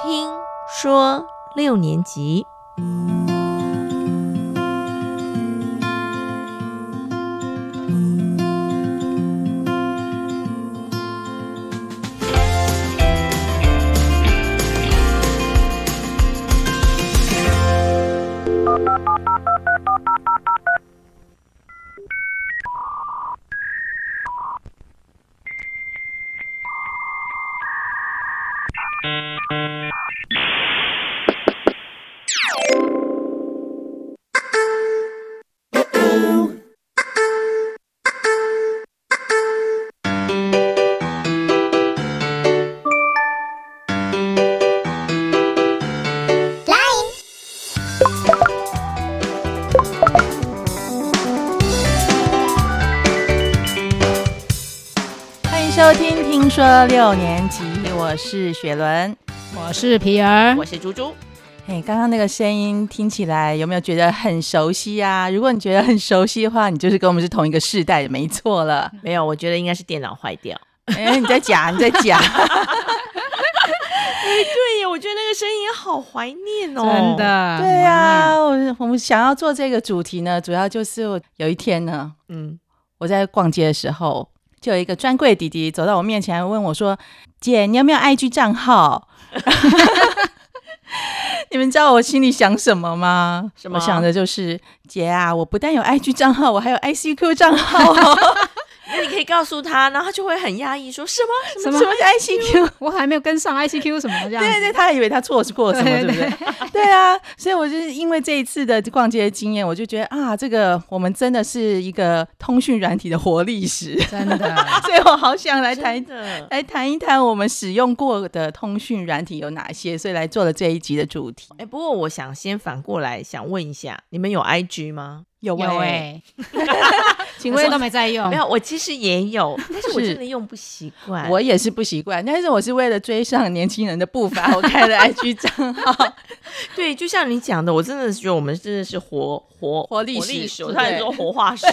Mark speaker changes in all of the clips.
Speaker 1: 听说六年级，
Speaker 2: 欢迎收听《听说六年级》，我是雪伦，
Speaker 3: 我是皮儿，
Speaker 4: 我是猪猪，
Speaker 2: 哎，刚刚那个声音听起来有没有觉得很熟悉啊？如果你觉得很熟悉的话，你就是跟我们是同一个世代，没错了。
Speaker 4: 没有，我觉得应该是电脑坏掉。
Speaker 2: 哎，你在假，你在假，
Speaker 4: 对呀，我觉得那个声音好怀念哦，
Speaker 3: 真。的，
Speaker 2: 对啊，
Speaker 3: 嗯
Speaker 2: 我我们想要做这个主题呢，主要就是我有一天呢，
Speaker 4: 嗯，
Speaker 2: 我在逛街的时候，就有一个专柜弟弟走到我面前，问我说：“姐，你有没有 IG 账号？” 你们知道我心里想什么吗？
Speaker 4: 什么
Speaker 2: 我想的就是，姐啊，我不但有 IG 账号，我还有 ICQ 账号哦、
Speaker 4: 那你可以告诉他，然后他就会很压抑，说什么
Speaker 3: 什
Speaker 2: 什
Speaker 3: 么
Speaker 2: 么是 ICQ？
Speaker 3: 我还没有跟上 ICQ 什么 这样子，
Speaker 2: 对对，他还以为他错过了什么，对不对？对啊，所以我就是因为这一次的逛街经验，我就觉得啊，这个我们真的是一个通讯软体的活历史，
Speaker 3: 真的，
Speaker 2: 所以我好想来谈
Speaker 4: 真的，
Speaker 2: 来谈一谈我们使用过的通讯软体有哪些，所以来做了这一集的主题。
Speaker 4: 哎，不过我想先反过来想问一下，你们有 IG 吗？
Speaker 2: 有
Speaker 3: 有
Speaker 2: 欸
Speaker 3: 哎，
Speaker 2: 请
Speaker 3: 可是
Speaker 2: 问
Speaker 3: 都没在用
Speaker 4: 没，有，我其实也 有，但哦是我
Speaker 2: 是
Speaker 4: 真的用不习惯。
Speaker 2: 我也是不习惯，但是我是为了追上年轻人的步伐，我开了 IG 账号。
Speaker 4: 对，就像你讲的，我真的是觉得我们真的是活活
Speaker 2: 活历史
Speaker 4: 史，我
Speaker 2: 对
Speaker 4: 差点说活 化石。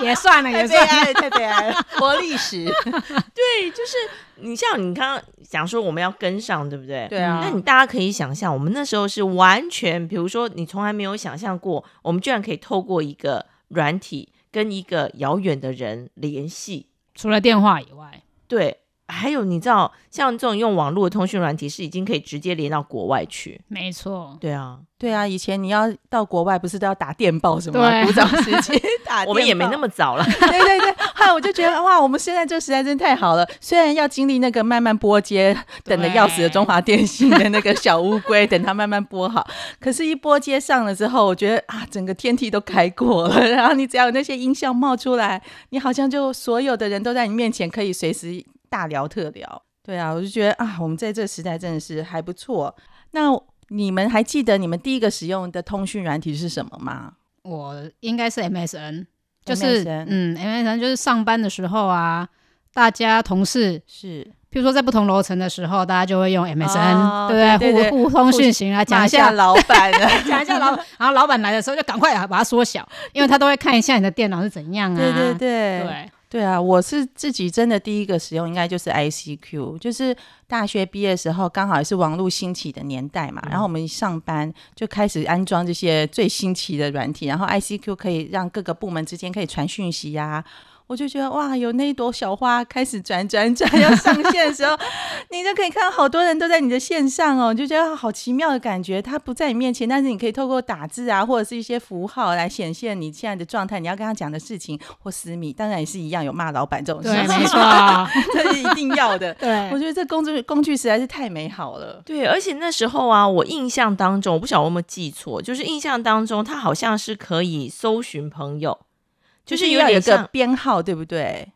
Speaker 3: 也算了，也
Speaker 2: 太悲
Speaker 3: 算了，
Speaker 2: 哀，太悲哀了，活历史。
Speaker 4: 对，就是你像你刚刚讲说我们要跟上，对不对？
Speaker 2: 对啊
Speaker 4: 那你大家可以想象，我们那时候是完全，比如说你从来没有想象过，我们居然可以透过一个软体跟一个遥远的人联系。
Speaker 3: 除了电话以外，
Speaker 4: 对，还有你知道，像这种用网络的通讯软体是已经可以直接连到国外去。
Speaker 3: 没错，
Speaker 4: 对啊，
Speaker 2: 对啊，以前你要到国外，不是都要打电报什么吗？
Speaker 3: 对
Speaker 2: 古早时期打电报，
Speaker 4: 我们也没那么早了。
Speaker 2: 对对对，后来我就觉得哇，我们现在这个时代真太好了。虽然要经历那个慢慢拨接，等的要死的中华电信的那个小乌龟，等它慢慢拨好，可是，一拨接上了之后，我觉得啊，整个天地都开阔了。然后你只要有那些音效冒出来，你好像就所有的人都在你面前，可以随时大聊特聊。对啊，我就觉得啊，我们在这个时代真的是还不错。那你们还记得你们第一个使用的通讯软体是什么吗？
Speaker 3: 我应该是 MSN，就是
Speaker 2: MSN
Speaker 3: 嗯，MSN 就是上班的时候啊，大家同事。
Speaker 2: 是
Speaker 3: 譬如说，在不同楼层的时候，大家就会用 MSN，、
Speaker 2: 哦
Speaker 3: 对不
Speaker 2: 对对对
Speaker 3: 互互通讯息来啊讲
Speaker 2: 骂
Speaker 3: 一下
Speaker 2: 下老板啊了。
Speaker 3: 讲一下老板，然后老板来的时候就赶快把它缩小，因为他都会看一下你的电脑是怎样啊。
Speaker 2: 对对
Speaker 3: 对
Speaker 2: 对对啊！我是自己真的第一个使用，应该就是 ICQ，就是大学毕业的时候，刚好也是网络兴起的年代
Speaker 3: 嗯
Speaker 2: 嘛。然后我们一上班就开始安装这些最新奇的软体，然后 ICQ 可以让各个部门之间可以传讯息呀、我就觉得哇，有那一朵小花开始转转转要上线的时候，你就可以看到好多人都在你的线上哦，你就觉得好奇妙的感觉。它不在你面前，但是你可以透过打字啊，或者是一些符号来显现你现在的状态，你要跟他讲的事情或私密，当然也是一样有骂老板这种事
Speaker 3: 对，没
Speaker 2: 情，
Speaker 3: 错，。
Speaker 2: 这是一定要的
Speaker 4: 哎
Speaker 3: 对
Speaker 2: 我觉得这工具工具实在是太美好了。
Speaker 4: 对，而且那时候啊，我印象当中，我不晓得我有没有记错，就是印象当中，它好像是可以搜寻朋友，就是有
Speaker 2: 要有
Speaker 4: 点
Speaker 2: 个
Speaker 4: 像
Speaker 2: 编号，对不对？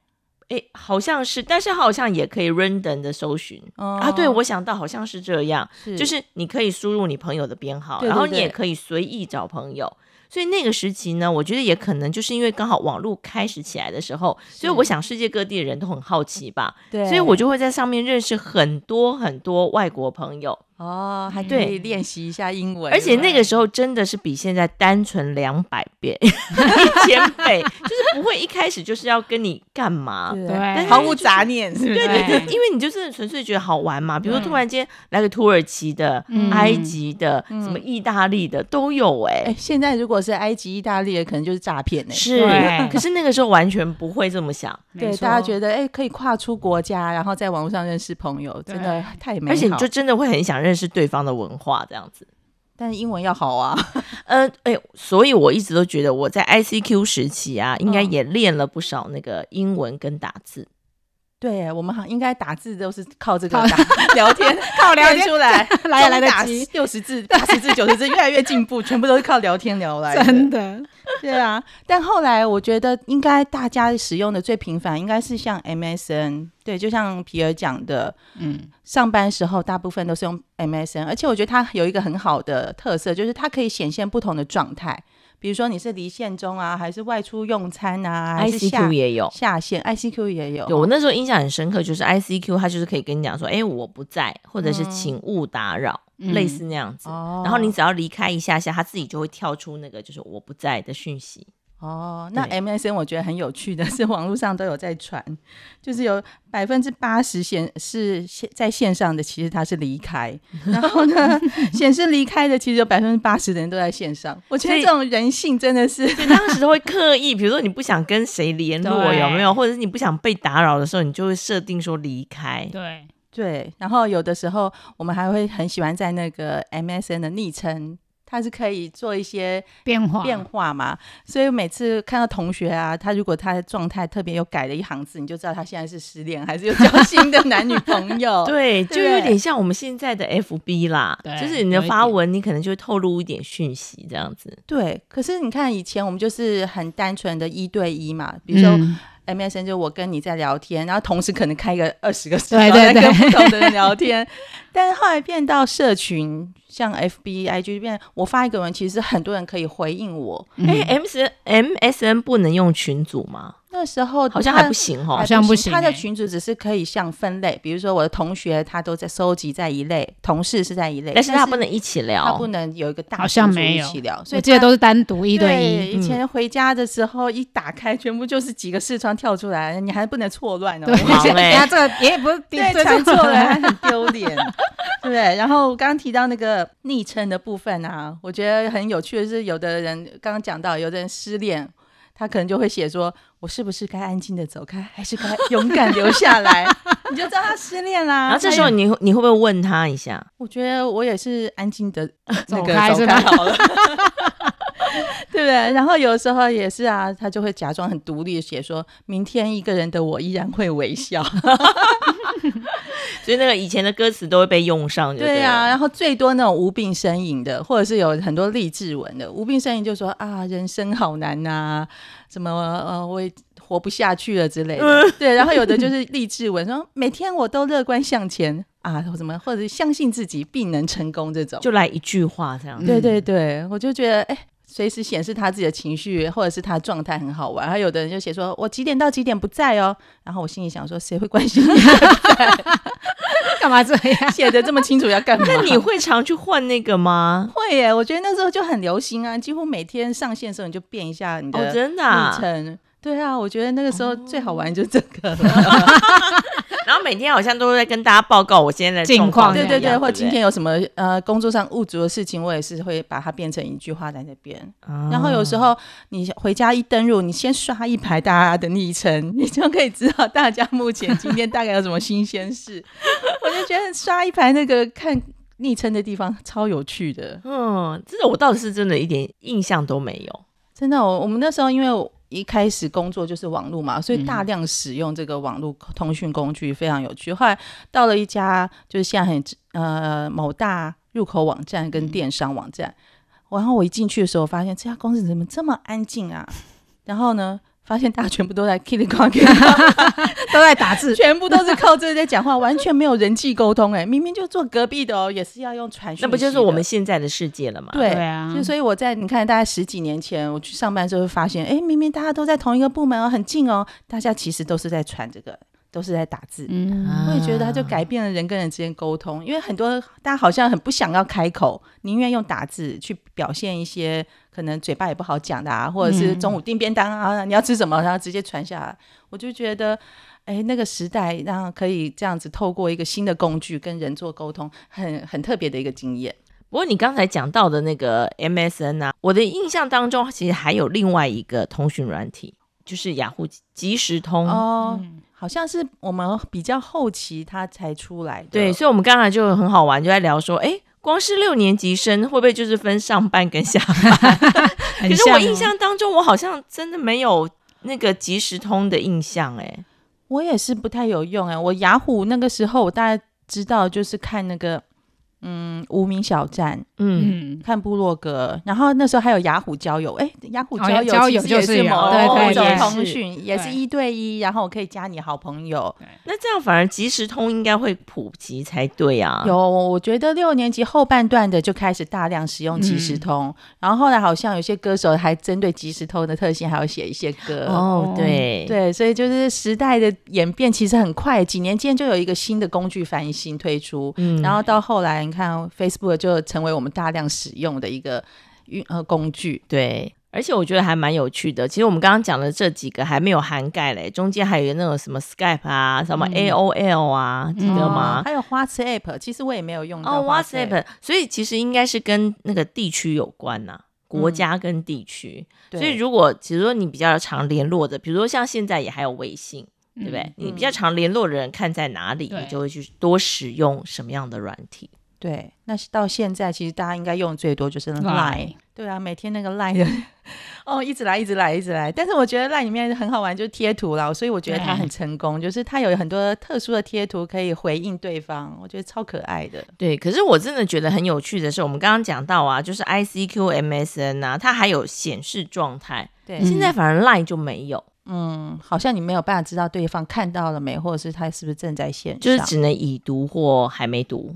Speaker 4: 诶，好像是，但是好像也可以 random 的搜寻、
Speaker 2: 哦
Speaker 4: 啊。对，我想到好像是这样，
Speaker 2: 是
Speaker 4: 就是你可以输入你朋友的编号，
Speaker 2: 对对
Speaker 4: 然后你
Speaker 2: 对
Speaker 4: 也可以随意找朋友。所以那个时期呢，我觉得也可能就是因为刚好网络开始起来的时候，所以我想世界各地的人都很好奇吧，
Speaker 2: 对，
Speaker 4: 所以我就会在上面认识很多很多外国朋友。
Speaker 2: 哦，还可
Speaker 4: 对
Speaker 2: 以练习一下英文，
Speaker 4: 而且
Speaker 2: 对吧
Speaker 4: 那个时候真的是比现在单纯两百倍、 一千倍，就是不会一开始就是要跟你干嘛。
Speaker 2: 对
Speaker 3: 对
Speaker 2: 毫无杂念，是不
Speaker 3: 对
Speaker 2: 是？
Speaker 4: 对对，因为你就真的纯粹觉得好玩嘛。比如说
Speaker 3: 嗯
Speaker 4: 突然间来个土耳其的、
Speaker 3: 嗯
Speaker 4: 埃及的、什么意大利的都有哎、
Speaker 2: 嗯哎，现在如果是埃及、意大利的，可能就是诈骗呢。
Speaker 4: 是
Speaker 3: 对，
Speaker 4: 可是那个时候完全不会这么想，
Speaker 2: 对，大家觉得哎、可以跨出国家，然后在网络上认识朋友，真的太美好。
Speaker 4: 而且你就真的会很想认识对方的文化这样子。
Speaker 2: 但是英文要好啊，
Speaker 4: 呃，哎、所以我一直都觉得我在 ICQ 时期啊，应该
Speaker 2: 嗯
Speaker 4: 也练了不少那个英文跟打字。
Speaker 2: 对我们好应该打字都是靠这个
Speaker 3: 靠
Speaker 2: 打 聊天，
Speaker 3: 靠聊
Speaker 2: 聊
Speaker 3: 天
Speaker 2: 出来
Speaker 3: 来啊也来得
Speaker 2: 打
Speaker 3: 及，
Speaker 2: 六十字、八十字、九十字，越来越进步，全部都是靠聊天聊来
Speaker 3: 真的，
Speaker 2: 对啊，但后来我觉得应该大家使用的最频繁应该是像 MSN，对，就像皮尔讲的，
Speaker 3: 嗯，
Speaker 2: 上班时候大部分都是用 MSN，而且我觉得它有一个很好的特色，就是它可以显现不同的状态，比如说你是离线中啊，还是外出用餐啊，还是下
Speaker 4: ICQ 也有，
Speaker 2: 下线，ICQ 也有，
Speaker 4: 对我那时候印象很深刻，就是 ICQ 它就是可以跟你讲说，哎、我不在，或者是请勿打扰，
Speaker 3: 嗯
Speaker 4: 类似那样子。
Speaker 2: 哦
Speaker 4: 然后你只要离开一下下，它自己就会跳出那个就是我不在的讯息。
Speaker 2: 哦，那
Speaker 4: 对
Speaker 2: MSN 我觉得很有趣的是，网络上都有在传， 就是有百分之八十显示线在线上的，其实它是 离开，然后呢， 显示离开的其实有百分之八十的人都在线上。我觉得
Speaker 4: 所以
Speaker 2: 这种人性真的 是，
Speaker 4: 所以当时都会刻意，比如说你不想跟谁联络，
Speaker 3: 对
Speaker 4: 有没有？或者是你不想被打扰的时候，你就会设定说离开。
Speaker 3: 对，
Speaker 2: 对，然后有的时候我们还会很喜欢在那个 MSN 的昵称。它是可以做一些
Speaker 3: 变化
Speaker 2: 变化嘛，所以每次看到同学啊，他如果他的状态特别有改了一行字，你就知道他现在是失恋还是又交新的男女朋 友。
Speaker 4: 对，就
Speaker 2: 对
Speaker 4: 有点像我们现在的 FB 啦，
Speaker 3: 对
Speaker 4: 就是你的
Speaker 3: 有一
Speaker 4: 发
Speaker 3: 点
Speaker 4: 文，你可能就会透露一点讯息这样子。
Speaker 2: 对，可是你看以前我们就是很单纯的一对一嘛，比如说
Speaker 3: 嗯
Speaker 2: MSN 就我跟你在聊天，然后同时可能开 个二十个视
Speaker 3: 对
Speaker 2: 角在
Speaker 3: 对
Speaker 2: 跟
Speaker 3: 对
Speaker 2: 不同的人聊天，但是后来变到社群，像 FB、IG 变，我发一个文，其实很多人可以回应我。
Speaker 4: 哎、m s n MSN 不能用群组吗？
Speaker 2: 那时候
Speaker 4: 好像
Speaker 2: 它
Speaker 4: 还不行
Speaker 2: 还
Speaker 4: 哦
Speaker 3: 好。像不行
Speaker 2: 他的
Speaker 3: 欸
Speaker 2: 群组只是可以像分类，比如说我的同学他都在收集在一类，同事是在一类，
Speaker 4: 但是它不
Speaker 2: 能
Speaker 4: 能一起
Speaker 2: 他
Speaker 4: 聊
Speaker 2: 不，能有一个大
Speaker 3: 好像
Speaker 2: 群组
Speaker 3: 没
Speaker 2: 一
Speaker 3: 有
Speaker 2: 起聊，所
Speaker 3: 我
Speaker 2: 以
Speaker 3: 记得
Speaker 2: 他
Speaker 3: 都是单独一对
Speaker 2: 对，
Speaker 3: 一，
Speaker 2: 以前回家的时候一打开，全部就是几个视窗跳出来，你还不能错乱哦。
Speaker 3: 对，
Speaker 4: 忙欸
Speaker 3: 那这个也不是第
Speaker 2: 对，
Speaker 3: 这
Speaker 2: 传
Speaker 3: 是
Speaker 2: 错了还很丢脸，对不对？然后我刚刚提到那个昵称的部分啊，我觉得很有趣的是，有的人刚刚讲到，有的人失恋，他可能就会写说：“我是不是该安静的走开，还是该勇敢留下来？”你就知道他失恋啦。
Speaker 4: 然后这时候你会你会不会问他一下？
Speaker 2: 我觉得我也是安静的 那
Speaker 3: 走
Speaker 2: 个
Speaker 3: 开
Speaker 2: 走
Speaker 3: 是
Speaker 2: 开
Speaker 3: 吧
Speaker 2: 好了， 对不对？然后有时候也是啊，他就会假装很独立的写说：“明天一个人的我依然会微笑。
Speaker 4: 所以那个以前的歌词都会被用上”就
Speaker 2: 对
Speaker 4: 对
Speaker 2: 啊，
Speaker 4: 了。
Speaker 2: 然后最多那种无病呻吟的，或者是有很多励志文的。无病呻吟就说啊，人生好难呐、什么呃，我也活不下去了之类的。对，然后有的就是励志文说，每天我都乐观向前啊，什么或者是相信自己必能成功这种。
Speaker 4: 就来一句话这样子。
Speaker 2: 对对
Speaker 3: 嗯
Speaker 2: 对，我就觉得哎。随时显示他自己的情绪，或者是他的状态很好玩。还有的人就写说：“我几点到几点不在哦。”然后我心里想说：“谁会关心你啊
Speaker 3: 干嘛这样？
Speaker 2: 写的这么清楚要干嘛？”
Speaker 4: 嗯那你会常去换那个吗？
Speaker 2: 会耶？我觉得那时候就很流行啊，几乎每天上线的时候你就变一下你的
Speaker 4: 哦，
Speaker 2: 昵
Speaker 4: 真的、啊。
Speaker 2: 称。对啊，我觉得那个时候最好玩就这个了。
Speaker 4: 然后每天好像都在跟大家报告我现在的状况
Speaker 3: 近况
Speaker 4: 怎
Speaker 2: 对
Speaker 4: 么样，
Speaker 2: 对
Speaker 4: 对
Speaker 2: 对，
Speaker 4: 不
Speaker 2: 或今天有什么呃工作上误足的事情，我也是会把它变成一句话在那边。
Speaker 4: 哦
Speaker 2: 然后
Speaker 4: 啊
Speaker 2: 有时候你回家一登入，你先刷一排大家的昵称，你就可以知道大家目前今天大概有什么新鲜事。 我就觉得刷一排那个看昵称的地方超有趣的，
Speaker 4: 嗯，这个我倒是真的一点印象都没有。
Speaker 2: 真的。我我们那时候因为我一开始工作就是网络嘛，
Speaker 4: 嗯
Speaker 2: 所以大量使用这个网络通讯工具非常有趣。后来到了一家就是现在很呃某大入口网站
Speaker 4: 嗯
Speaker 2: 跟电商网站，然后我一进去的时候，发现这家公司怎么这么安静啊？然后呢，发现大家全部都在 kitty k o k
Speaker 3: 都在打字，
Speaker 2: 全部都是靠这个在讲话，完全没有人际沟通、哎，明明就坐隔壁的哦，也是要用传讯息的，
Speaker 4: 那不就是我们现在的世界了吗？
Speaker 2: 对
Speaker 3: 对啊
Speaker 2: 就所以我在你看，大概十几年前我去上班的时候，会发现，哎，明明大家都在同一个部门哦，很近哦，大家其实都是在传这个都是在打字。
Speaker 3: 嗯，
Speaker 2: 我也觉得它就改变了人跟人之间沟通，因为很多大家好像很不想要开口，宁愿用打字去表现一些可能嘴巴也不好讲的啊，或者是
Speaker 3: 嗯
Speaker 2: 中午订便当啊，你要吃什么，然后直接传下来。我就觉得，哎，那个时代让可以这样子透过一个新的工具跟人做沟通，很很特别的一个经验。
Speaker 4: 不过你刚才讲到的那个 MSN 啊，我的印象当中其实还有另外一个通讯软体，就是雅虎即时通。
Speaker 2: 哦，
Speaker 3: 嗯
Speaker 2: 好像是我们比较后期它才出来的。
Speaker 4: 对，所以我们刚才就很好玩，就在聊说，哎，光是六年级生会不会就是分上半跟下半？可
Speaker 3: 很
Speaker 4: 是我
Speaker 3: 像
Speaker 4: 印
Speaker 3: 哦
Speaker 4: 象当中，我好像真的没有那个即时通的印象、哎，
Speaker 2: 我也是不太有用哎、我雅虎那个时候我大概知道，就是看那个嗯无名小站，
Speaker 4: 嗯，
Speaker 3: 嗯，
Speaker 2: 看部落格，然后那时候还有雅虎交友，哎、雅虎
Speaker 3: 哦
Speaker 2: 交
Speaker 3: 交
Speaker 2: 友
Speaker 3: 友
Speaker 2: 其实
Speaker 3: 就
Speaker 2: 也
Speaker 3: 是有
Speaker 2: 某
Speaker 3: 对对
Speaker 2: 某种
Speaker 3: 也是
Speaker 2: 通讯，也是
Speaker 3: 对
Speaker 2: 一对一，然后我可以加你好朋友。
Speaker 4: 那这样反而即时通应该会普及才对啊。
Speaker 2: 有，我觉得六年级后半段的就开始大量使用即
Speaker 3: 嗯
Speaker 2: 时通，然后后来好像有些歌手还针对即时通的特性，还有写一些歌。
Speaker 4: 哦
Speaker 3: 哦，
Speaker 4: 对，
Speaker 2: 对，所以就是时代的演变其实很快，几年间就有一个新的工具翻新推出，
Speaker 4: 嗯
Speaker 2: 然后到后来你看 Facebook 就成为我们大量使用的一个运呃工具。
Speaker 4: 对，而且我觉得还蛮有趣的。其实我们刚刚讲的这几个还没有涵盖嘞，中间还有那种什么 Skype 啊，什么 AOL 啊，记得吗？
Speaker 2: 嗯还有花痴 App，其实我也没有用到。
Speaker 4: 哦，WhatsApp，所以其实应该是跟那个地区有关呐、国家跟地区。
Speaker 2: 嗯对
Speaker 4: 所以如果比如说你比较常联络的，比如说像现在也还有微信，对
Speaker 3: 对
Speaker 4: 不对？？
Speaker 2: 嗯
Speaker 4: 你比较常联络的人看在哪里，
Speaker 3: 对
Speaker 4: 你就会去多使用什么样的软体。
Speaker 2: 对，那是到现在其实大家应该用最多就是 Line
Speaker 3: Line。
Speaker 2: 对啊，每天那个 Line 的 哦，一直来，一直来，一直来。但是我觉得 Line 里面很好玩，就是贴图啦，所以我觉得它
Speaker 3: 对
Speaker 2: 很成功，就是它有很多特殊的贴图可以回应对方，我觉得超可爱的。
Speaker 4: 对，可是我真的觉得很有趣的是，我们刚刚讲到啊，就是 ICQ、MSN 啊，它还有显示状态，
Speaker 2: 对，
Speaker 3: 嗯
Speaker 4: 现在反而 Line 就没有，
Speaker 2: 嗯，好像你没有办法知道对方看到了没，或者是他是不是正在线上。
Speaker 4: 就是只能已读或还没读。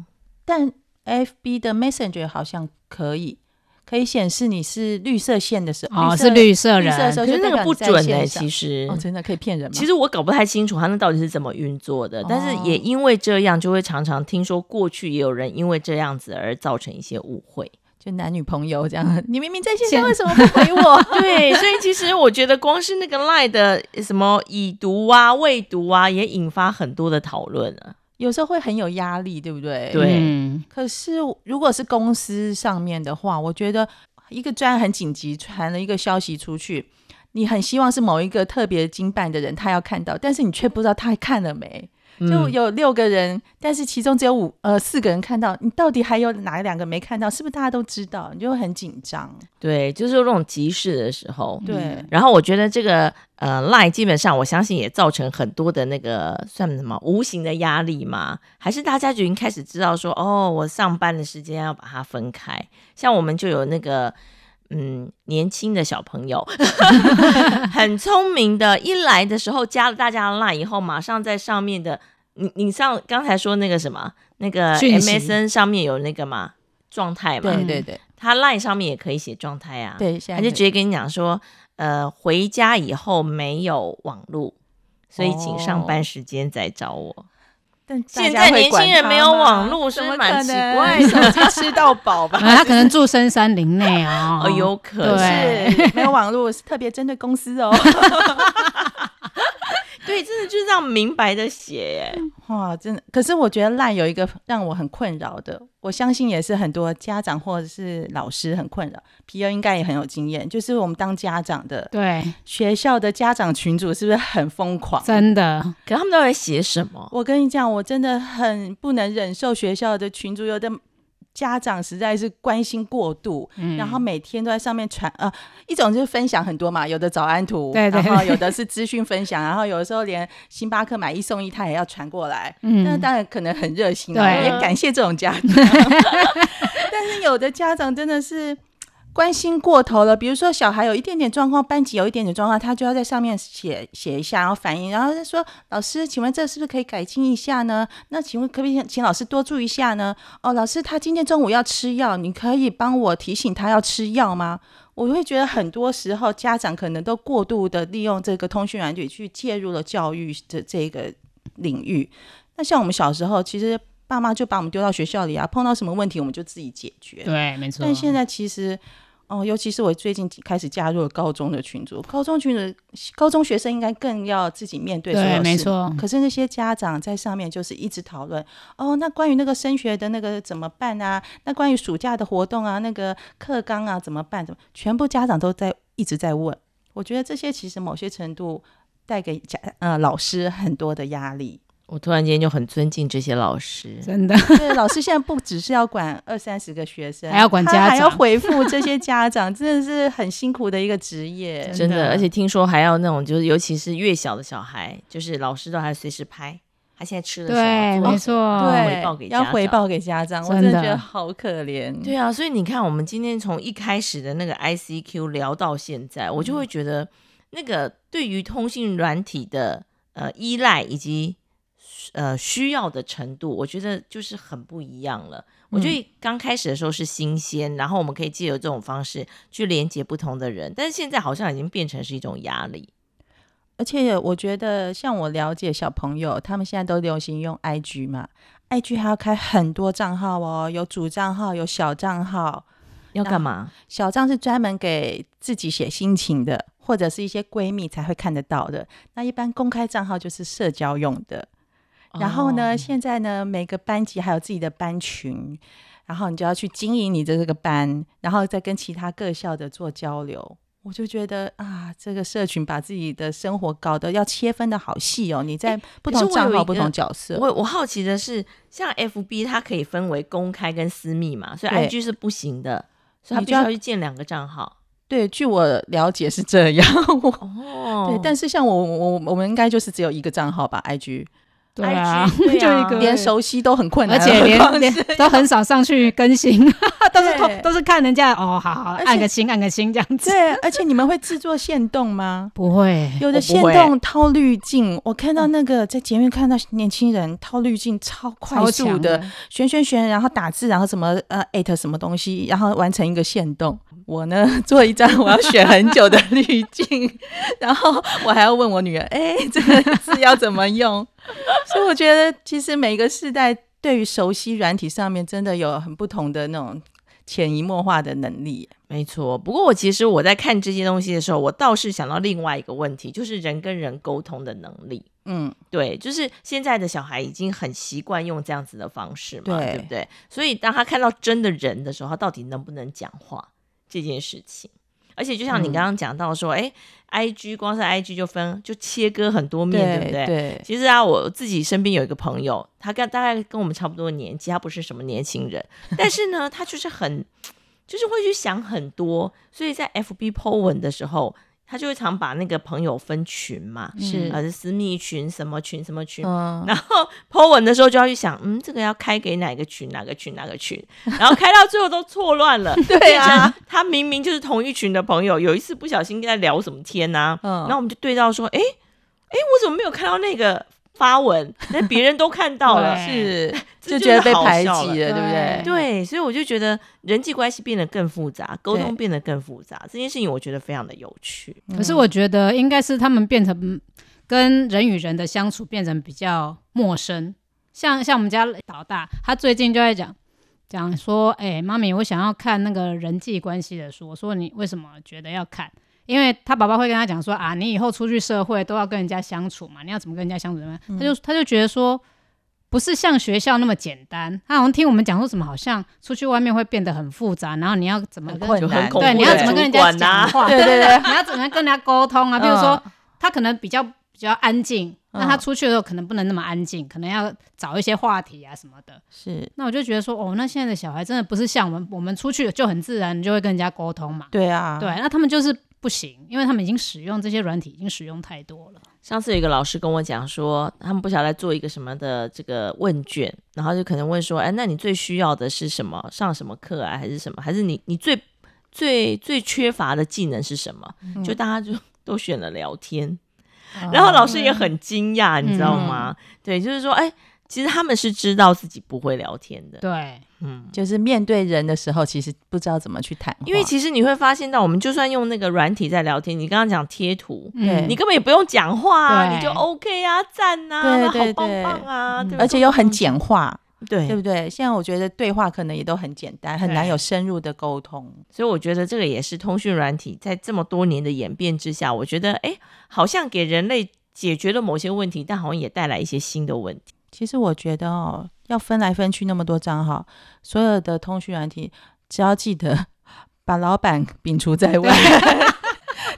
Speaker 2: 但 FB 的 Messenger 好像可以，可以显示你是绿色线的时候，
Speaker 3: 哦，
Speaker 2: 色
Speaker 3: 是绿色
Speaker 2: 绿色的
Speaker 3: 人
Speaker 2: 时，候
Speaker 4: 可是
Speaker 2: 哦就
Speaker 4: 那
Speaker 2: 代
Speaker 4: 个
Speaker 2: 表
Speaker 4: 不
Speaker 2: 你在
Speaker 4: 准呢、
Speaker 2: 线上
Speaker 4: 其实。
Speaker 2: 哦，真的可以骗人吗？
Speaker 4: 其实我搞不太清楚它那到底是怎么运作的，但是也因为这样，就会常常听说过去也有人因为这样子而造成一些误会。
Speaker 2: 就男女朋友这样， 你明明在线上，
Speaker 3: 现
Speaker 2: 为什么不回 我？
Speaker 4: 对，所以其实我觉得光是那个 Line 的什么已读啊、未读啊，也引发很多的讨论啊。
Speaker 2: 有时候会很有压力，对不对？
Speaker 4: 对
Speaker 3: 嗯
Speaker 2: 可是如果是公司上面的话，我觉得一个专案很紧急，传了一个消息出去，你很希望是某一个特别经办的人他要看到，但是你却不知道他看了没。就
Speaker 4: 嗯
Speaker 2: 有六个人，但是其中只有五呃四个人看到，你到底还有哪两个没看到？是不是大家都知道？你就会很紧张。
Speaker 4: 对，就是有这种急事的时候，
Speaker 2: 对，
Speaker 3: 嗯
Speaker 4: 然后我觉得这个呃 Line 基本上我相信也造成很多的那个算什么无形的压力嘛，还是大家就已经开始知道说哦，我上班的时间要把它分开。像我们就有那个嗯年轻的小朋友， 很聪明的，一来的时候加了大家的 Line 以后，马上在上面的你你上刚才说那个什么那个
Speaker 3: 讯息
Speaker 4: MSN 上面有那个嘛状态嘛，
Speaker 2: 对
Speaker 3: 嗯
Speaker 2: 对对
Speaker 4: 它 Line 上面也可以写状态啊，。
Speaker 2: 对，现
Speaker 4: 他
Speaker 2: 在
Speaker 4: 就
Speaker 2: 很
Speaker 4: 直接跟你讲说，呃，回家以后没有网络，所以请上
Speaker 3: 哦
Speaker 4: 班时间再找我。
Speaker 2: 但大
Speaker 4: 现
Speaker 2: 家
Speaker 4: 在
Speaker 2: 会
Speaker 4: 年
Speaker 2: 管
Speaker 4: 轻人
Speaker 2: 他
Speaker 4: 没有
Speaker 2: 吗
Speaker 4: 网络
Speaker 2: 怎
Speaker 4: 是
Speaker 2: 么
Speaker 4: 蛮
Speaker 2: 可
Speaker 4: 奇
Speaker 2: 能
Speaker 4: 怪
Speaker 2: 手机吃到饱吧？
Speaker 3: 啊，他可能住深山林内啊，
Speaker 4: 哦，有可能，
Speaker 3: 对
Speaker 2: 是没有网络是特别针对公司哦。
Speaker 4: 对，真的就是这样明白的写
Speaker 3: 嗯
Speaker 4: 耶。
Speaker 2: 哇，真的！可是我觉得烂有一个让我很困扰的，我相信也是很多家长或者是老师很困扰，皮尤应该也很有经验，就是我们当家长的
Speaker 3: 对，
Speaker 2: 学校的家长群组是不是很疯狂？
Speaker 3: 真的，
Speaker 4: 可他们到底写什么？
Speaker 2: 我跟你讲，我真的很不能忍受学校的群组，有的家长实在是关心过度，
Speaker 3: 嗯
Speaker 2: 然后每天都在上面传，呃，一种就是分享很多嘛，有的早安图，
Speaker 3: 对对
Speaker 2: 然后有的是资讯分享，然后有的时候连星巴克买一送一，他也要传过来。那
Speaker 3: 嗯，
Speaker 2: 当然可能很热心啊，
Speaker 3: 对
Speaker 2: 也感谢这种 家长。但是有的家长真的是关心过头了，比如说小孩有一点点状况，班级有一点点状况，他就要在上面写写一下，然后反映，然后就说老师，请问这是不是可以改进一下呢？那请问可不可以请老师多注意一下呢？哦，老师，他今天中午要吃药，你可以帮我提醒他要吃药吗？我会觉得很多时候家长可能都过度的利用这个通讯软体去介入了教育的这个领域。那像我们小时候，其实爸妈就把我们丢到学校里啊，碰到什么问题我们就自己解决。
Speaker 3: 对，没错。
Speaker 2: 但现在其实，哦，尤其是我最近开始加入了高中的群组，高中群组，高中学生应该更要自己面对所有
Speaker 3: 对，
Speaker 2: 事。
Speaker 3: 没。错，
Speaker 2: 可是那些家长在上面就是一直讨论哦，那关于那个升学的那个怎么办啊？那关于暑假的活动啊，那个课纲啊怎么办？怎么？全部家长都在一直在问。我觉得这些其实某些程度带给家呃老师很多的压力。
Speaker 4: 我突然间就很尊敬这些老师，
Speaker 3: 真的。
Speaker 2: 对，老师现在不只是要管二三十个学生，
Speaker 3: 还要管
Speaker 2: 他
Speaker 3: 家
Speaker 2: 还要
Speaker 3: 长
Speaker 2: 回复这些家长，真的是很辛苦的一个职业。
Speaker 4: 真
Speaker 3: 真的
Speaker 4: 的，而且听说还要那种，就是尤其是越小的小孩，就是老师都还随时拍他现在吃了什
Speaker 3: 对，
Speaker 4: 么，做
Speaker 3: 没
Speaker 4: 了什么
Speaker 3: 错，
Speaker 4: 回报给
Speaker 2: 对，
Speaker 4: 家长
Speaker 2: 要回报给家长，我
Speaker 3: 真
Speaker 2: 真的
Speaker 3: 的
Speaker 2: 觉得好可怜。
Speaker 4: 对啊，所以你看，我们今天从一开始的那个 ICQ 聊到现在，我就会觉得那个对于通信软体的呃依赖以及呃需要的程度，我觉得就是很不一样了。我觉得刚开始的时候是新鲜，然后我们可以借由这种方式去连接不同的人，但是现在好像已经变成是一种压力。
Speaker 2: 而且我觉得，像我了解小朋友，他们现在都流行用 IG 嘛，IG 还要开很多账号哦，有主账号，有小账号。
Speaker 4: 要
Speaker 2: 那
Speaker 4: 干嘛？
Speaker 2: 小账是专门给自己写心情的，或者是一些闺蜜才会看得到的。那一般公开账号就是社交用的。然后呢，
Speaker 4: 哦
Speaker 2: 现在呢，每个班级还有自己的班群，然后你就要去经营你的这个班，然后再跟其他各校的做交流。我就觉得啊，这个社群把自己的生活搞得要切分的好细哦，你在不
Speaker 4: 可是
Speaker 2: 同
Speaker 4: 我
Speaker 2: 账
Speaker 4: 有一
Speaker 2: 号、
Speaker 4: 个
Speaker 2: 不同角色，
Speaker 4: 我我好奇的是，像 FB 它可以分为公开跟私密嘛，所以
Speaker 2: 对
Speaker 4: IG 是不行的，所以它
Speaker 2: 你
Speaker 4: 必须
Speaker 2: 就要
Speaker 4: 要去建两个账号。
Speaker 2: 对，据我了解是这样。我
Speaker 4: 哦
Speaker 2: 对，但
Speaker 4: 是
Speaker 2: 是像我我我们应该就是只有一个账号吧，IG，
Speaker 3: 对啊，
Speaker 4: IG 对啊
Speaker 3: 就一个
Speaker 2: 连熟悉都很困难，
Speaker 3: 而且
Speaker 2: 何况
Speaker 3: 连连都很少上去更新， 都是
Speaker 2: 对
Speaker 3: 都是看人家哦，好好
Speaker 2: 而且
Speaker 3: 按个星按个星这样子。
Speaker 2: 对，而且你们会制作限动吗？
Speaker 3: 不会，
Speaker 2: 有的限动掏滤镜，我看到那个在节目看到年轻人掏滤镜超快
Speaker 3: 超
Speaker 2: 速
Speaker 3: 强
Speaker 2: 的，，旋旋旋，然后打字，然后什么呃艾特什么东西，然后完成一个限动。我呢 做一张我要选很久的滤镜， 然后我还要问我女儿，哎、这个字要怎么用？ 所以我觉得其实每个世代对于熟悉软体上面真的有很不同的那种潜移默化的能力。
Speaker 4: 没错。不过我其实我在看这些东西的时候，我倒是想到另外一个问题，就是人跟人沟通的能力。
Speaker 2: 嗯，
Speaker 4: 对，就是现在的小孩已经很习惯用这样子的方式嘛，
Speaker 2: 对
Speaker 4: 对不对？所以当他看到真的人的时候，他到底能不能讲话这件事情？而且就像你
Speaker 2: 嗯
Speaker 4: 刚刚讲到说，哎、i g 光是 IG 就分就切割很多面，对
Speaker 2: 对
Speaker 4: 不对？
Speaker 2: 对
Speaker 4: 其实啊，我自己身边有一个朋友，他跟大概跟我们差不多的年纪，他不是什么年轻人，但是呢，他就是很，就是会去想很多，所以在 FB Po 文的时候，他就会常把那个朋友分群嘛，
Speaker 2: 是
Speaker 4: 还是私密群、什么群、什么群。
Speaker 2: 嗯，
Speaker 4: 然后 Po 文的时候就要去想，嗯，这个要开给哪个群、哪个群、哪个群，然后开到最后都错乱 了。
Speaker 2: 对啊，
Speaker 4: 他明明就是同一群的朋友，有一次不小心在聊什么天呐、
Speaker 2: 嗯
Speaker 4: 然后我们就对到说，哎哎，诶我怎么没有看到那个发文？但别人都看到了，
Speaker 3: 对
Speaker 2: 是
Speaker 4: 哎 这就
Speaker 2: 就觉
Speaker 4: 是
Speaker 2: 得被
Speaker 4: 好
Speaker 2: 排挤
Speaker 4: 笑
Speaker 2: 了，对
Speaker 3: 了
Speaker 2: 不对？
Speaker 4: 对，所以我就觉得人际关系变得更复杂，沟通
Speaker 2: 对
Speaker 4: 变得更复杂，这件事情我觉得非常的有趣。
Speaker 3: 可是我觉得应该是他们变成嗯跟人与人的相处变成比较陌生。像像我们家老大，他最近就在讲讲说，哎、妈咪，我想要看那个人际关系的书。我说你为什么觉得要看？因为他爸爸会跟他讲说啊，你以后出去社会都要跟人家相处嘛，你要怎么跟人家相处怎么样？他就他就觉得说，不是像学校那么简单。他好像听我们讲说什么，好像出去外面会变得很复杂，然后你要怎么
Speaker 2: 很
Speaker 3: 跟
Speaker 2: 困
Speaker 4: 就
Speaker 2: 难
Speaker 4: 很，恐怖
Speaker 3: 对，你要怎么跟人家
Speaker 4: 主管啊
Speaker 3: 讲 话？
Speaker 2: 对对对， 嗯
Speaker 3: 你要怎么跟人家沟通啊？比如说，他可能比较比较安静，那他出去的时候可能不能那么安静，可能要找一些话题啊什么的。
Speaker 2: 是
Speaker 3: 那我就觉得说，哦，那现在的小孩真的不是像我们，我们出去就很自然就会跟人家沟通嘛。
Speaker 2: 对啊，
Speaker 3: 对，那他们就是不行，因为他们已经使用这些软体，已经使用太多了。
Speaker 4: 上次有一个老师跟我讲说，他们不晓得在做一个什么的这个问卷，然后就可能问说，哎，那你最需要的是什么？上什么课啊，还是什么？还是你你最最最缺乏的技能是什么？就大家就都
Speaker 2: 哦嗯
Speaker 4: 选了聊天，然后老师也很惊讶，你知道吗？对，就是说，哎，其实他们是知道自己不会聊天的，
Speaker 3: 对，
Speaker 4: 嗯，
Speaker 2: 就是面对人的时候，其实不知道怎么去谈话，
Speaker 4: 因为其实你会发现到，我们就算用那个软体在聊天，你刚刚讲贴图，
Speaker 2: 对
Speaker 3: 嗯
Speaker 4: 你根本也不用讲话、啊，
Speaker 3: 对
Speaker 4: 你就 OK 啊，赞啊，
Speaker 2: 对
Speaker 4: 然后
Speaker 2: 对
Speaker 4: 好棒
Speaker 2: 对
Speaker 4: 棒啊，
Speaker 3: 嗯
Speaker 4: 对不
Speaker 2: 而且
Speaker 4: 对
Speaker 2: 又很简化，
Speaker 4: 对
Speaker 2: 对不对？现在我觉得对话可能也都很简单，很难
Speaker 4: 对
Speaker 2: 有深入的沟通。
Speaker 4: 所以我觉得这个也是通讯软体在这么多年的演变之下，我觉得哎，诶好像给人类解决了某些问题，但好像也带来一些新的问题。
Speaker 2: 其实我觉得哦，要分来分去那么多账号，所有的通讯软体，只要记得 把老板摒除在外。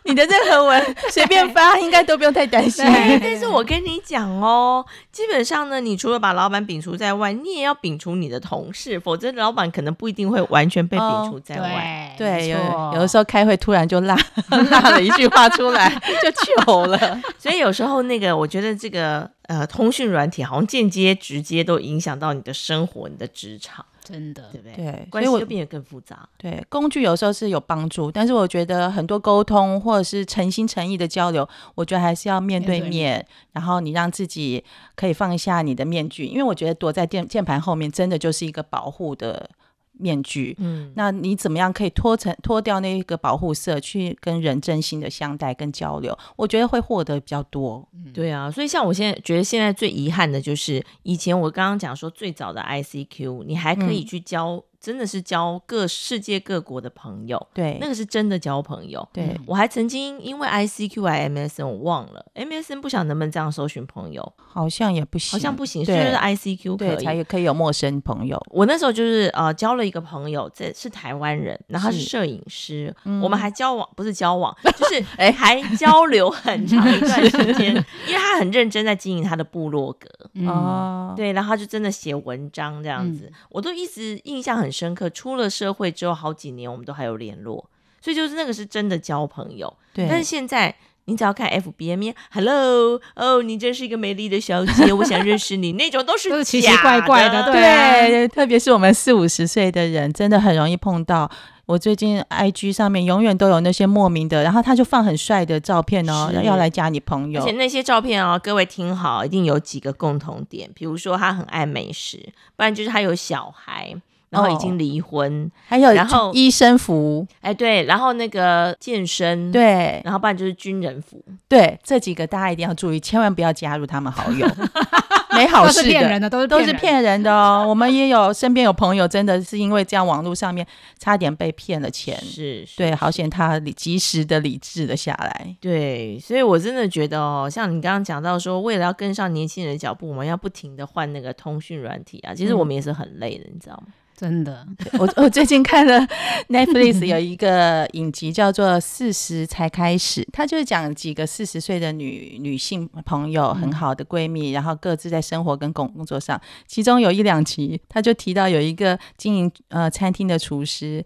Speaker 2: 你的任何 文随便发，应该都不用太担心。
Speaker 4: 哎，但是我跟你讲哦，基本上呢，你除了把老板摒除在外，你也要摒除你的同事，否则老板可能不一定会完全被摒除在外。
Speaker 3: 对
Speaker 2: 哦对，有有的
Speaker 3: 的
Speaker 2: 时候开会突然就 落落了一句话出来，就糗 了。
Speaker 4: 所以有时候那个，我觉得这个呃，通讯软体好像间接、直接都影响到你的生活、你的职场，
Speaker 3: 真的
Speaker 4: 对不对？
Speaker 2: 对，所
Speaker 4: 关
Speaker 2: 以
Speaker 4: 系
Speaker 2: 我
Speaker 4: 就变得更复杂。
Speaker 2: 对工具有时候是有帮助，但是我觉得很多沟通或者是诚心诚意的交流，我觉得还是要面对
Speaker 3: 面
Speaker 2: 面，
Speaker 3: 对
Speaker 2: 然后你让自己可以放下你的面具，因为我觉得躲在键键盘后面真的就是一个保护的面具。
Speaker 4: 嗯，
Speaker 2: 那你怎么样可以脱成脱掉那个保护色，去跟人真心的相待跟交流？我觉得会获得比较多。
Speaker 4: 对啊，所以像我现在觉得现在最遗憾的就是，以前我刚刚讲说最早的 ICQ，你还可以
Speaker 2: 嗯
Speaker 4: 去交，真的是交各世界各国的朋友，
Speaker 2: 对，
Speaker 4: 那个是真的交朋友。
Speaker 2: 对
Speaker 4: 我还曾经因为 ICQ 还 MSN，我忘了 MSN 不晓得能不能这样搜寻朋友，
Speaker 2: 好像也不行，
Speaker 4: 好像不行，就
Speaker 2: 对
Speaker 4: 是 ICQ
Speaker 2: 对，
Speaker 4: 可
Speaker 2: 才
Speaker 4: 以。
Speaker 2: 也可以有陌生朋友。
Speaker 4: 我那时候就是呃交了一个朋友，这是台湾人，然后他是
Speaker 2: 是
Speaker 4: 摄影师，
Speaker 2: 嗯
Speaker 4: 我们还交往不是交往， 就是哎还交流很长一段时间，因为他很认真在经营他的部落格。
Speaker 3: 哦，
Speaker 2: 哦，
Speaker 4: 对，然后他就真的写文章这
Speaker 3: 嗯
Speaker 4: 样子，我都一直印象很深刻。出了社会之后好几年，我们都还有联络，所以就是那个是真的交朋友。
Speaker 2: 对，
Speaker 4: 但是现在你只要看 FB 面，Hello，哦，你真是一个美丽的小姐，我想认识你，那种都是
Speaker 3: 都是奇
Speaker 4: 假
Speaker 3: 奇怪怪的
Speaker 4: 的，
Speaker 3: 对啊
Speaker 2: 对，特别是我们四五十岁的人，真的很容易碰到。我最近 I G 上面永远都有那些莫名的，然后他就放很帅的照片哦，
Speaker 4: 是
Speaker 2: 要来加你朋
Speaker 4: 而
Speaker 2: 友
Speaker 4: 且。那些照片哦，各位听好，一定有几个共同点，比如说他很爱美食，不然就是他有小孩，然后已
Speaker 2: 哦
Speaker 4: 经离婚，
Speaker 2: 还有
Speaker 4: 然后
Speaker 2: 医生服，
Speaker 4: 哎，对，然后那个健身，，
Speaker 2: 对
Speaker 4: 然后不然就是军人服，
Speaker 2: 对，这几个大家一定要注意，千万不要加入他们好友，没好
Speaker 3: 都
Speaker 2: 事
Speaker 3: 是
Speaker 2: 的。
Speaker 3: 骗人的，都是
Speaker 2: 都哦是
Speaker 3: 人的，
Speaker 2: 骗人的哦，我们也有身边有朋友真的是因为这样网络上面差点被骗了钱，
Speaker 4: 是，是
Speaker 2: 对，好险他理及时的理智了下来。
Speaker 4: 对，所以我真的觉得哦，像你刚刚讲到说，为了要跟上年轻人的脚步，我们要不停的换那个通讯软体啊。其实我们也是很累的，你知道吗？
Speaker 3: 真的
Speaker 2: 我我最近 看了 Netflix 有一个影集叫做《四十才开始》，它就是讲几个四十岁的女女性朋友，
Speaker 4: 嗯
Speaker 2: 很好的闺蜜，然后各自在生活跟工工作上，其中有一两集，他就提到有一个经营呃餐厅的厨师。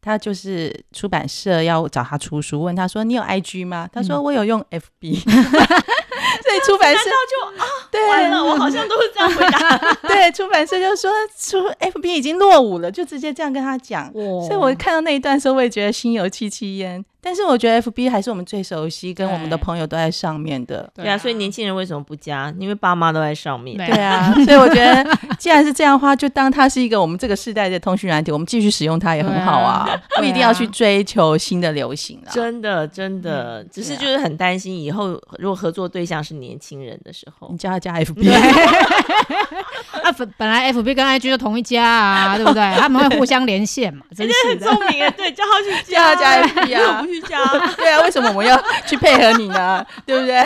Speaker 2: 他就是出版社要找他出书，问他说：“你有 IG 吗？”他
Speaker 4: 嗯
Speaker 2: 说：“我有用 FB。所以出版社
Speaker 4: 难道
Speaker 2: 对
Speaker 4: 就啊，完了，我好像都是这样回答。
Speaker 2: 对出版社就说出 FB 已经落伍了，就直接这样跟他讲。
Speaker 3: 哇
Speaker 2: 所以我看到那一段的时候，我也觉得心有戚戚焉。但是我觉得 FB 还是我们最熟悉，跟我们的
Speaker 3: 对
Speaker 2: 朋友都在上面的。
Speaker 4: 对啊，所以年轻人为什么不加？因为爸妈都在上面。
Speaker 3: 对
Speaker 2: 对啊，所以我觉得既然是这样的话，就当它是一个我们这个世代的通讯软体，我们继续使用它也很好啊，
Speaker 3: 对啊
Speaker 2: 不一定要去追求新的嗯啊流行啊啦。
Speaker 4: 真的，真的，只是就是很担心以后如果合作对象是年轻人的时候
Speaker 2: 你，叫他加 FB，
Speaker 3: 啊，本本来 F B 跟 I G 就同一家 啊，对不对？他们会互相连线嘛，真是
Speaker 4: 很
Speaker 3: 的。
Speaker 4: 聪明啊，对，叫他去
Speaker 2: 叫他
Speaker 4: 加
Speaker 2: 加 FB
Speaker 4: 我
Speaker 2: 啊
Speaker 4: 不。去 加。
Speaker 2: 对啊，为什么我们要去配合你呢？对不对？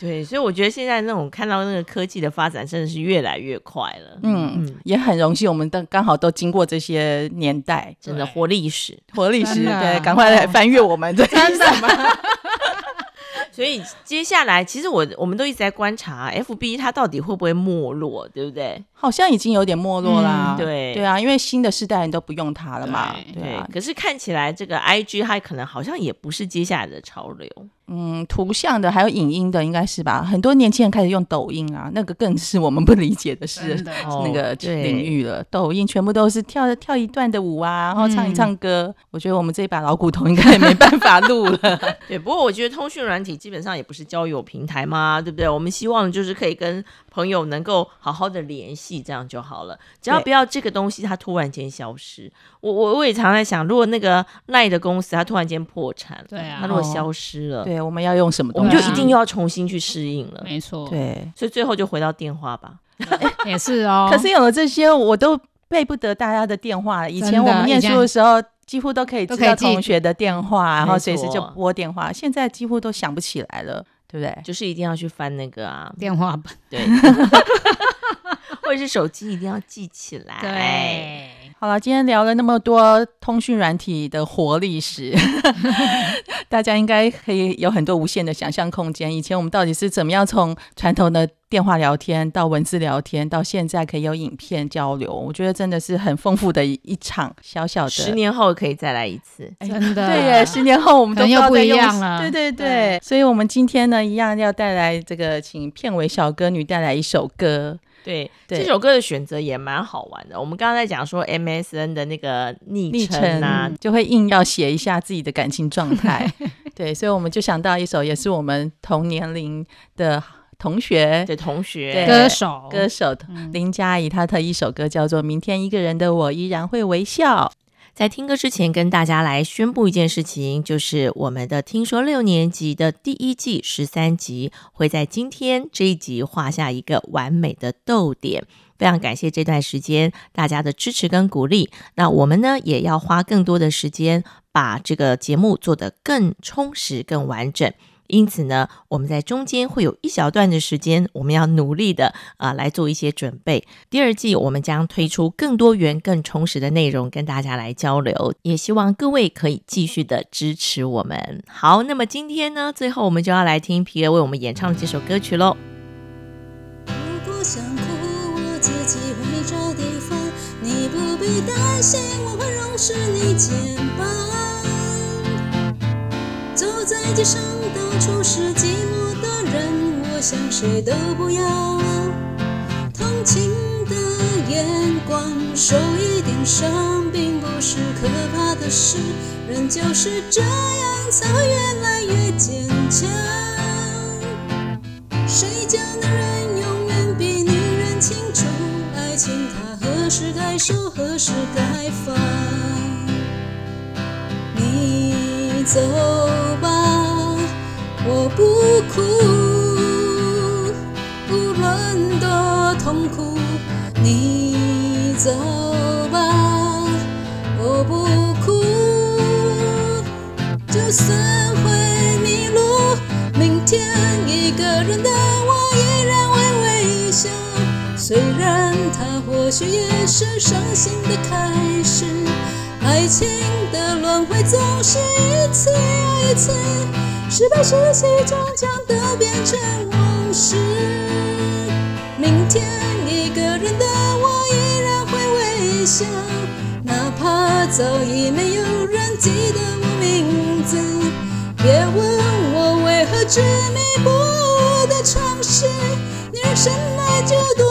Speaker 4: 对，所以我觉得现在那种看到那个科技的发展真的是越来越快了。
Speaker 2: 嗯，也很荣幸，我们都刚好都经过这些年代，
Speaker 4: 真的
Speaker 3: 对
Speaker 4: 活历史。
Speaker 2: 活历史，
Speaker 3: 真的
Speaker 2: 对，赶快来翻阅我们这哦真的
Speaker 4: 所以接下来，其实我我们都一直在观察 FB 它到底会不会没落，对不对？
Speaker 2: 好像已经有点没落啦。
Speaker 3: 嗯
Speaker 4: 对
Speaker 2: 对啊，因为新的世代人都不用它了嘛。
Speaker 3: 对
Speaker 2: 对啊，
Speaker 4: 可是看起来这个 IG 它可能好像也不是接下来的潮流。
Speaker 2: 嗯，图像的还有影音的应该是吧？很多年轻人开始用抖音啊，那个更是我们不理解的事
Speaker 3: 真。的
Speaker 4: 哦
Speaker 2: 那个
Speaker 4: 对
Speaker 2: 领域了，抖音全部都是跳跳一段的舞啊，然后唱一唱歌。我觉得我们这一把老骨头应该也没办法录了。
Speaker 4: 对，不过我觉得通讯软体基本上也不是交友平台嘛，对不对？我们希望就是可以跟朋友能够好好的联系，这样就好了。只要
Speaker 2: 对
Speaker 4: 不要这个东西它突然间消失。我我我也常在想，如果那个赖的公司它突然间破产了，
Speaker 3: 对啊
Speaker 4: 它如果
Speaker 2: 哦
Speaker 4: 消失了，
Speaker 2: 对，我们要用什么
Speaker 4: 我
Speaker 2: 东
Speaker 4: 们
Speaker 2: 西？
Speaker 4: 就
Speaker 3: 对啊
Speaker 4: 一定又要重新去适应了。
Speaker 3: 没错，
Speaker 2: 对。
Speaker 4: 所以最后就回到电话吧。
Speaker 3: 也是哦。
Speaker 2: 可是有了这些，我都背不得大家的电话了。以前
Speaker 3: 真的
Speaker 2: 我们念
Speaker 3: 以前
Speaker 2: 书的时候，几乎都可以知
Speaker 3: 都可以
Speaker 2: 道
Speaker 3: 记
Speaker 2: 同学的电话，然后
Speaker 4: 没
Speaker 2: 随时就
Speaker 4: 错
Speaker 2: 拨电话。现在几乎都想不起来了，对不对？
Speaker 4: 就是一定要去翻那个啊，
Speaker 3: 电话本，
Speaker 4: 对，或者是手机一定要记起来。
Speaker 3: 对，
Speaker 2: 好了，今天聊了那么多通讯软体的活历史， 大家应该可以有很多无限的想象空间。以前我们到底是怎么样从传统的电话聊天到文字聊天，到现在可以有影片交流，我觉得真的是很丰富的一一场小小的。
Speaker 4: 十年后可以再来一次。
Speaker 2: 哎
Speaker 3: 真的
Speaker 2: 对耶，十年后我们都
Speaker 3: 可能又
Speaker 2: 知道在
Speaker 3: 不一
Speaker 2: 用
Speaker 3: 样
Speaker 2: 什
Speaker 3: 了
Speaker 2: 对对对，
Speaker 3: 对
Speaker 2: 所以我们今天呢，一样要带来这个，请片尾小歌女带来一首歌。
Speaker 4: 对，
Speaker 2: 对
Speaker 4: 这首歌的选择也蛮好玩的。我们刚刚在讲说 MSN 的那个昵
Speaker 2: 昵
Speaker 4: 称
Speaker 2: 称
Speaker 4: 啊，
Speaker 2: 就会硬要写一下自己的感情状 态。对，所以我们就想到一首也是我们同年龄的同学
Speaker 4: 对同学，
Speaker 2: 对
Speaker 3: 歌手，
Speaker 2: 歌手
Speaker 3: 嗯
Speaker 2: 林佳怡，她的一首歌叫做《明天一个人的我依然会微笑》。
Speaker 4: 在听歌之前，跟大家来宣布一件事情，就是我们的《听说六年级》的第一季十三集会在今天这一集画下一个完美的逗点。非常感谢这段时间大家的支持跟鼓励。那我们呢，也要花更多的时间把这个节目做得更充实、更完整。因此呢，我们在中间会有一小段的时间，我们要努力的啊、来做一些准备。第二季我们将推出更多元、更充实的内容跟大家来交流，也希望各位可以继续的支持我们。好，那么今天呢，最后我们就要来听皮尔为我们演唱的这首歌曲喽。
Speaker 5: 我不想哭，我自己会找地方。你不必担心，我会容许你肩膀。走在街上，到处是寂寞的人，我想谁都不要。同情的眼光，受一点伤并不是可怕的事，人就是这样才会越来越坚强。谁叫男人永远比女人清楚，爱情它何时该收，何时该放？你走吧，我不哭，无论多痛苦。你走吧，我不哭。就算会迷路，明天一个人的我依然会微笑。虽然它或许也是伤心的开始，爱情的轮回总是一次又一次，失败学习终将都变成往事。明天一个人的我依然会微笑，哪怕早已没有人记得我名字。别问我为何执迷不悟的尝试，你人生来就多